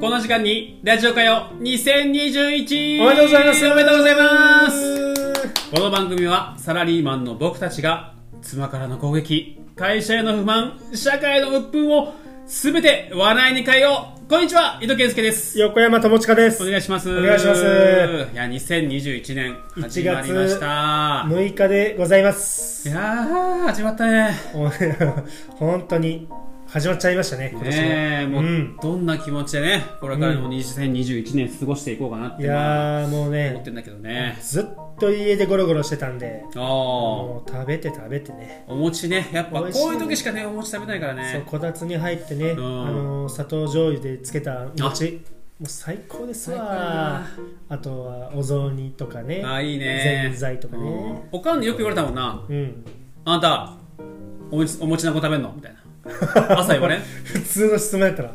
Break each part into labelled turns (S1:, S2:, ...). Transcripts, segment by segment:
S1: この時間にラジオかよ2021
S2: おめでとうございます
S1: おめでとうございます
S2: す
S1: この番組はサラリーマンの僕たちが妻からの攻撃会社への不満社会の鬱憤をすべて笑いに変えようこんにちは井戸健介です
S2: 横山友近です
S1: お願いします
S2: お願いします
S1: いや2021年始まりました
S2: 6日でございます
S1: いやー始まったね
S2: お本当に始まっちゃいましたね今年も
S1: ねえもう、
S2: ん、
S1: どんな気持ちでねこれからも2021年過ごしていこうかなっ
S2: い
S1: てまあ
S2: やーもう
S1: 思っ
S2: ね
S1: てんだけどね
S2: ずっと家でゴロゴロしてたんで
S1: ああ
S2: もう食べて食べてね
S1: お餅ねやっぱ
S2: 美味しい
S1: こういう時しかねお餅食べないから
S2: そう
S1: ね
S2: こたつに入って
S1: ん
S2: ね、あの砂糖醤油でつけた餅もう最高ですわあとはお雑煮とかね
S1: あーいいね
S2: ぜんざいとかね
S1: うんおかんによく言われたもんな
S2: うん
S1: あんたお餅お餅何個食べんのみたいな 朝言われん、
S2: 普通の質問やった ら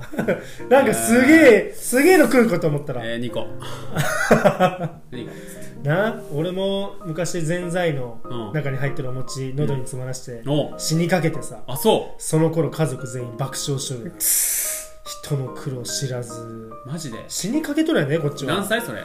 S2: なんかすげえすげえの食うかと思ったら、
S1: えー、2個二個
S2: な俺も昔ぜんざいの
S1: うん
S2: 中に入ってるお餅喉に詰まらして、
S1: おう
S2: 死にかけてさ
S1: あそ
S2: その頃家族全員爆笑しようよ人の苦労知らず
S1: うマジで
S2: 死にかけとるやねこっち
S1: 何
S2: は
S1: 歳それ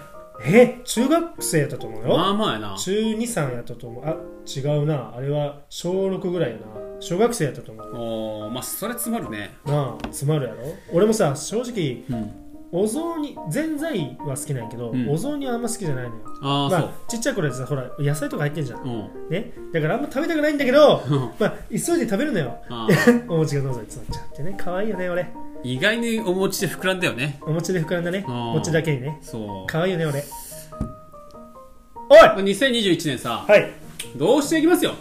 S2: え中学生やったと思うよ、
S1: まあまあやな
S2: 中23やったと思うあ違うなあれは小6ぐらいやな小学生やったと思う
S1: おーまあそれ詰まるね
S2: なあ詰まるやろ俺もさ正直
S1: うん
S2: お雑煮ぜんざいは好きなんやけど、
S1: うん
S2: お雑煮はあんま好きじゃないのよ
S1: ああ、
S2: まあ、ちっちゃい頃でさほら野菜とか入ってんじゃ
S1: そ
S2: ん、
S1: う
S2: ね、だからあんま食べたくないんだけど
S1: うん
S2: まあ急いで食べるのよ
S1: あー
S2: お餅がどうぞに詰まっちゃってね可愛いよね俺
S1: 意外にお餅で膨らんだよね
S2: お餅で膨らんだね
S1: あー
S2: 餅だけにね
S1: そう
S2: 可愛いよね俺おい
S1: まあ2021年さ
S2: はい
S1: どうしていきますよ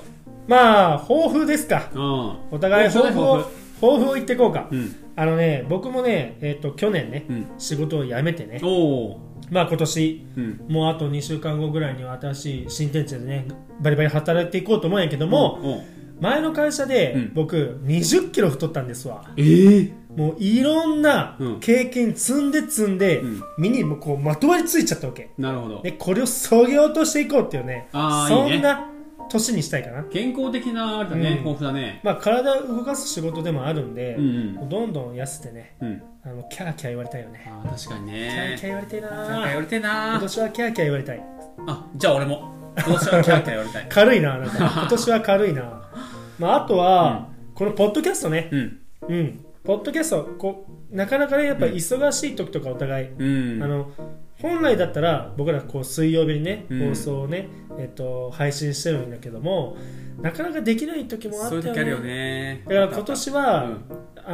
S2: まあ抱負ですか
S1: うん
S2: お互い
S1: そう
S2: 抱
S1: ね
S2: 負を抱負を言ってこうか、
S1: うん
S2: あのね僕もねえっ、と去年ね、
S1: うん
S2: 仕事を辞めてね
S1: おお
S2: まあ今年
S1: うん
S2: もうあと2週間後ぐらいには新しい新天地でねバリバリ働いていこうと思うんやけども、
S1: も
S2: 前の会社で
S1: うん
S2: 僕2 0キロ太ったんですわ
S1: うんええ
S2: もういろんな
S1: うん
S2: 経験積んで積んで、
S1: うん
S2: 身にもこうまとわりついちゃったわけ
S1: なるほど
S2: でこれを削ぎ落としていこうっていうね
S1: あー
S2: そ
S1: いいね
S2: んな年にしたいかな
S1: 健康的なあれだね
S2: うん
S1: 豊富だね
S2: まあ体を動かす仕事でもあるんで、
S1: うんうん
S2: どんどん痩せてね
S1: うん
S2: あのキャーキャー言われたいよね、
S1: あー確かに
S2: キャー
S1: ね
S2: キャー言われたい
S1: なんか言
S2: な
S1: わ
S2: ー
S1: れてえ
S2: 今
S1: な
S2: 年はキャーキャー言われたい
S1: あじゃあ俺も今年はキャーキャー言われたい
S2: 軽いな なんか今年は軽いなまああとは、このポッドキャストね
S1: うん
S2: うんポッドキャストこうなかなかねやっぱり忙しい時とかお互い、
S1: うん
S2: あの本来だったら僕らこう水曜日にね
S1: うん
S2: 放送をね、えっと配信してるんだけどもなかなかできない時もあった
S1: そうい
S2: よ
S1: う時
S2: ね
S1: あるよね
S2: だから今年は、
S1: うん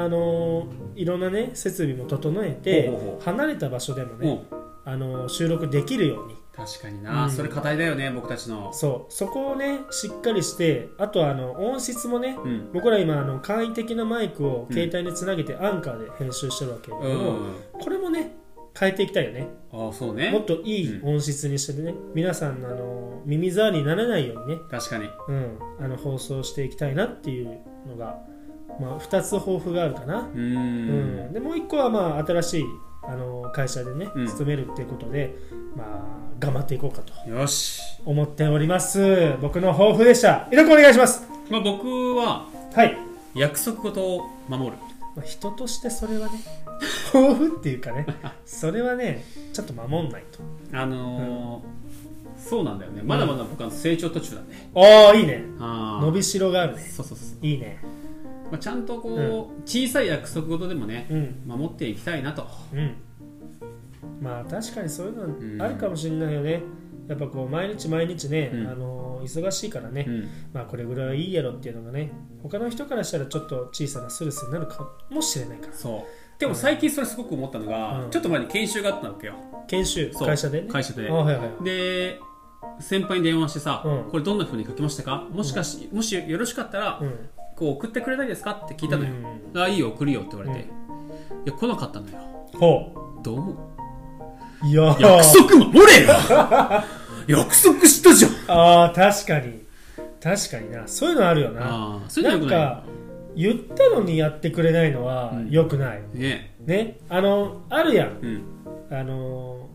S2: あのーいろんなね設備も整えて
S1: ほうほうほう
S2: 離れた場所でも
S1: う
S2: ね、
S1: ん
S2: あのー収録できるように
S1: 確かにな
S2: うん
S1: それ課題だよね僕たちの
S2: そうそこをねしっかりしてあとはあの音質もね
S1: うん
S2: 僕ら今あの簡易的なマイクを携帯につなげてアンカーで編集してるわけだけ
S1: う
S2: ども、
S1: ん
S2: これもね変えていきたいよね
S1: ああそう
S2: もっ
S1: ね
S2: といい音質にしてね、皆さんのあの耳障りにならないようにね、
S1: 確かに
S2: うん、あの放送していきたいなっていうのが、まあ、2つ抱負があるかな、
S1: う
S2: うん
S1: ん
S2: でもう1個はまあ新しいあの会社でね
S1: うん
S2: 勤めるっていうことで、まあ、頑張っていこうかと
S1: よし
S2: 思っております僕の抱負でした井戸君お願いします
S1: まあ僕は
S2: はい、
S1: 約束事を守る
S2: まあ、人としてそれはね 抱負っていうかねそれはねちょっと守んないと
S1: あのーそうなんだよねまだまだ僕は成長途中だね、
S2: ああいいね
S1: あー
S2: 伸びしろがあるね
S1: そうそうそう、
S2: いいね
S1: まあ、ちゃんとこう、小さい約束事でもね
S2: うん
S1: 守っていきたいなと
S2: うん、まあ確かにそういう
S1: うん
S2: のあるかもしれないよね、やっぱこう毎日毎日ね、
S1: うん
S2: あのー忙しいからね、
S1: うん
S2: まあこれぐらいはいいやろっていうのがね他の人からしたらちょっと小さなストレスになるかもしれないから
S1: そうでも最近それすごく思ったのが、
S2: うん
S1: ちょっと前に研修があったわけよ
S2: 研修
S1: そう
S2: 会社でね
S1: 会社で
S2: あはいはいはい
S1: で先輩に電話してさ、
S2: うん
S1: これどんな風に書きましたかもしかし、もしよろしかったら、
S2: うん
S1: こう送ってくれないですかって聞いたのよ、
S2: うん
S1: あいいよ送るよって言われて、いや来なかったのよ
S2: ほ
S1: どう思う
S2: ういやー
S1: 約束守 れよ約束したじゃん
S2: あー確かに確かになそういうのあるよな
S1: ああそういう
S2: な
S1: のよ
S2: ん
S1: くな
S2: か言ったのにやってくれないのは
S1: ん
S2: 良くない、
S1: いね
S2: ねあのあるやん
S1: うん
S2: あのー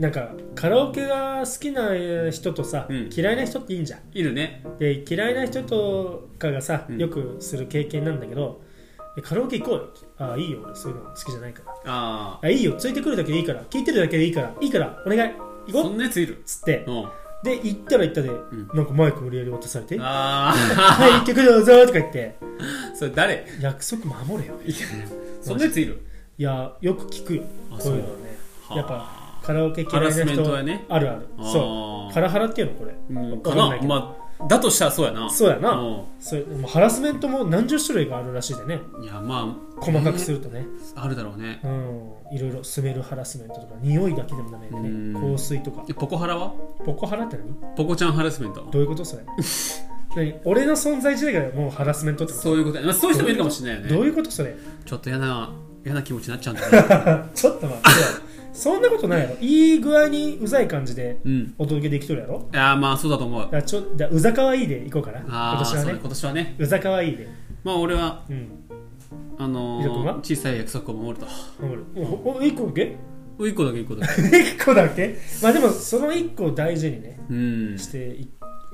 S2: なんかカラオケが好きな人とさ、
S1: うん
S2: 嫌いな人っていいんじゃん
S1: いるね
S2: で嫌いな人とかがさ、
S1: うん
S2: よくする経験なんだけどえカラオケ行こうよってああいいよ俺そういうの好きじゃないから
S1: あ
S2: あいいよついてくるだけでいいから聞いてるだけでいいからいいからお願い
S1: あ
S2: 行こ
S1: そ
S2: うん
S1: なやついる
S2: つって
S1: うん
S2: で行ったら行ったで、
S1: ん
S2: なんかマイク無理やり渡されて「はい
S1: あ
S2: 行ってくるぞ」とか言って
S1: あそれ誰
S2: 「約束守れよ
S1: いやそんなやついる」
S2: いやよく聞くよ
S1: あ
S2: こういうのはね
S1: そう
S2: やっぱカラオケ嫌い
S1: ハ
S2: な
S1: ラスメント
S2: 人、
S1: はね
S2: あるある
S1: あー
S2: そうハラハラっていうのこれ、
S1: うん
S2: わ
S1: か
S2: んい
S1: な
S2: けど
S1: まあだとしたらそうやな
S2: そうやな、
S1: うん
S2: それもうハラスメントも何十種類があるらしいでね
S1: いやま
S2: 細かくするとね、
S1: ああるだろうね
S2: うんいろいろスメルハラスメントとか匂いだけでもダメでね
S1: うん
S2: 香水とか
S1: えポコハラは
S2: ポコハラって何
S1: ポコちゃんハラスメント
S2: どういうこ とそれ何俺の存在自体がもうハラスメントってこ
S1: そういうことやまあそういう人もいるかもしれない
S2: と
S1: よ
S2: ど
S1: ね
S2: ういうことそれ
S1: ちょっと嫌な嫌な気持ちになっちゃうんだよね
S2: ちょっと待ってよそんなことないやろいい具合にうざい感じで
S1: うん
S2: お届けできとるやろ
S1: いやまあそうだと思う
S2: だからちょだからうざかわいいでいこうかな今
S1: ああ
S2: 年は
S1: そうだ
S2: ね
S1: 今年はね
S2: うざかわいいで
S1: まあ俺は
S2: うん
S1: あの
S2: 伊藤君は
S1: ー小さい約束を守ると
S2: 守るもうおお一個だけ
S1: 一個だけ一個だけ
S2: 一個だけまあでもその一個を大事にね
S1: うん
S2: してい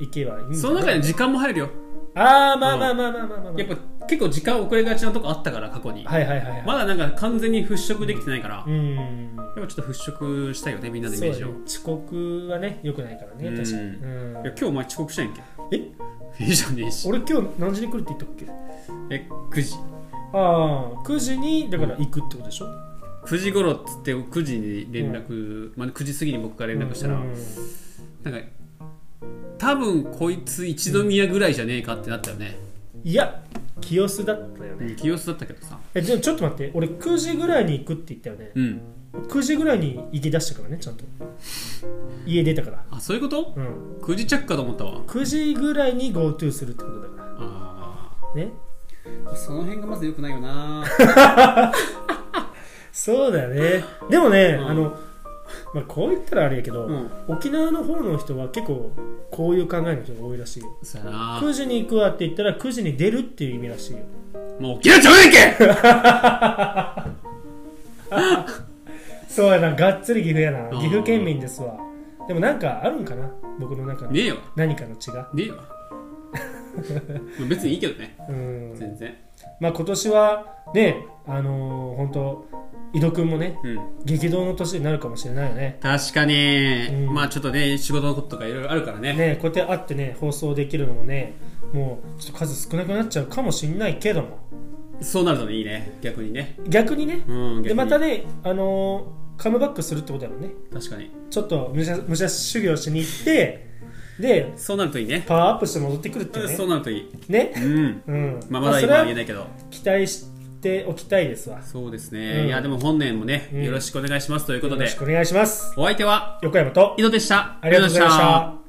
S2: いけばいいんだね
S1: その中に時間も入るよ
S2: ああまあまあまあまあまあまあ、まあ、
S1: やっぱ結構時間遅れがちなとこあったから過去に
S2: はいはいはいはい、
S1: まだなんか完全に払拭できてないから、
S2: う
S1: やっ
S2: ん
S1: ぱちょっと払拭したいよねみんなのイ
S2: そ
S1: メ
S2: う
S1: ー
S2: だ
S1: ジ
S2: ね
S1: を、
S2: 遅刻はねよくないからね
S1: うん
S2: 確かに、う
S1: いや
S2: ん
S1: 今、日お前遅刻したんやんけ
S2: え
S1: いいじゃねえし
S2: 俺今日何時に来るって言ったっけ
S1: え9時
S2: ああ9時にだから行くってことでしょ、
S1: 9時頃っつって9時に連絡、まあ、9時過ぎに僕から連絡したら、
S2: うん
S1: なんか多分こいつ一宮ぐらいじゃねえかってなったよね、
S2: いや清須だったよね
S1: うん、清須だったけどさ
S2: えでもちょっと待って俺9時ぐらいに行くって言ったよね
S1: うん
S2: 9時ぐらいに行き出したからねちゃんと家出たから
S1: あそういうこと
S2: うん
S1: 9時着かと思ったわ
S2: 9時ぐらいに GoTo するってことだか
S1: あ
S2: らね
S1: ーその辺がまず良くないよな
S2: そうだよねでもね、
S1: うん
S2: あの、まあ、こう言ったらあれやけど、
S1: うん
S2: 沖縄の方の人は結構こういう考えの人が多いらしいよ
S1: そうやな
S2: 9時に行くわって言ったら9時に出るっていう意味らしいよ
S1: もう沖縄ちゃうやんけ
S2: そうやながっつり岐阜やな
S1: うん
S2: 岐阜県民ですわでもなんかあるんかな僕の中の
S1: ねえわ
S2: 何かの血が
S1: ねえわまあ別にいいけどね
S2: うん
S1: 全然
S2: まあ今年はねあのー、本当井戸くんもね
S1: うん
S2: 激動の年になるかもしれないよね
S1: 確かに、
S2: うん
S1: まあちょっとね仕事のこととかいろいろあるからね
S2: ねこうやって会ってね放送できるのもねもうちょっと数少なくなっちゃうかもしれないけども
S1: そうなるとねいいね逆にね
S2: 逆にね
S1: うん逆に
S2: でまたねあのー、カムバックするってことだもんね
S1: 確かに
S2: ちょっと武者武者修行しに行ってで
S1: そうなるといいね
S2: パワーアップして戻ってくるっていうね
S1: そうなるといい
S2: ね
S1: うん
S2: うん
S1: まあまだ
S2: そ
S1: 今
S2: れ
S1: は
S2: は
S1: 言えないけど
S2: 期待しておきたいですわ
S1: そうですね、
S2: うん
S1: いやでも本年もね、
S2: うん
S1: よろしくお願いしますということ
S2: よ
S1: で
S2: ろしくお願いします
S1: お相手は
S2: 横山と
S1: 井戸でした
S2: ありがとうございました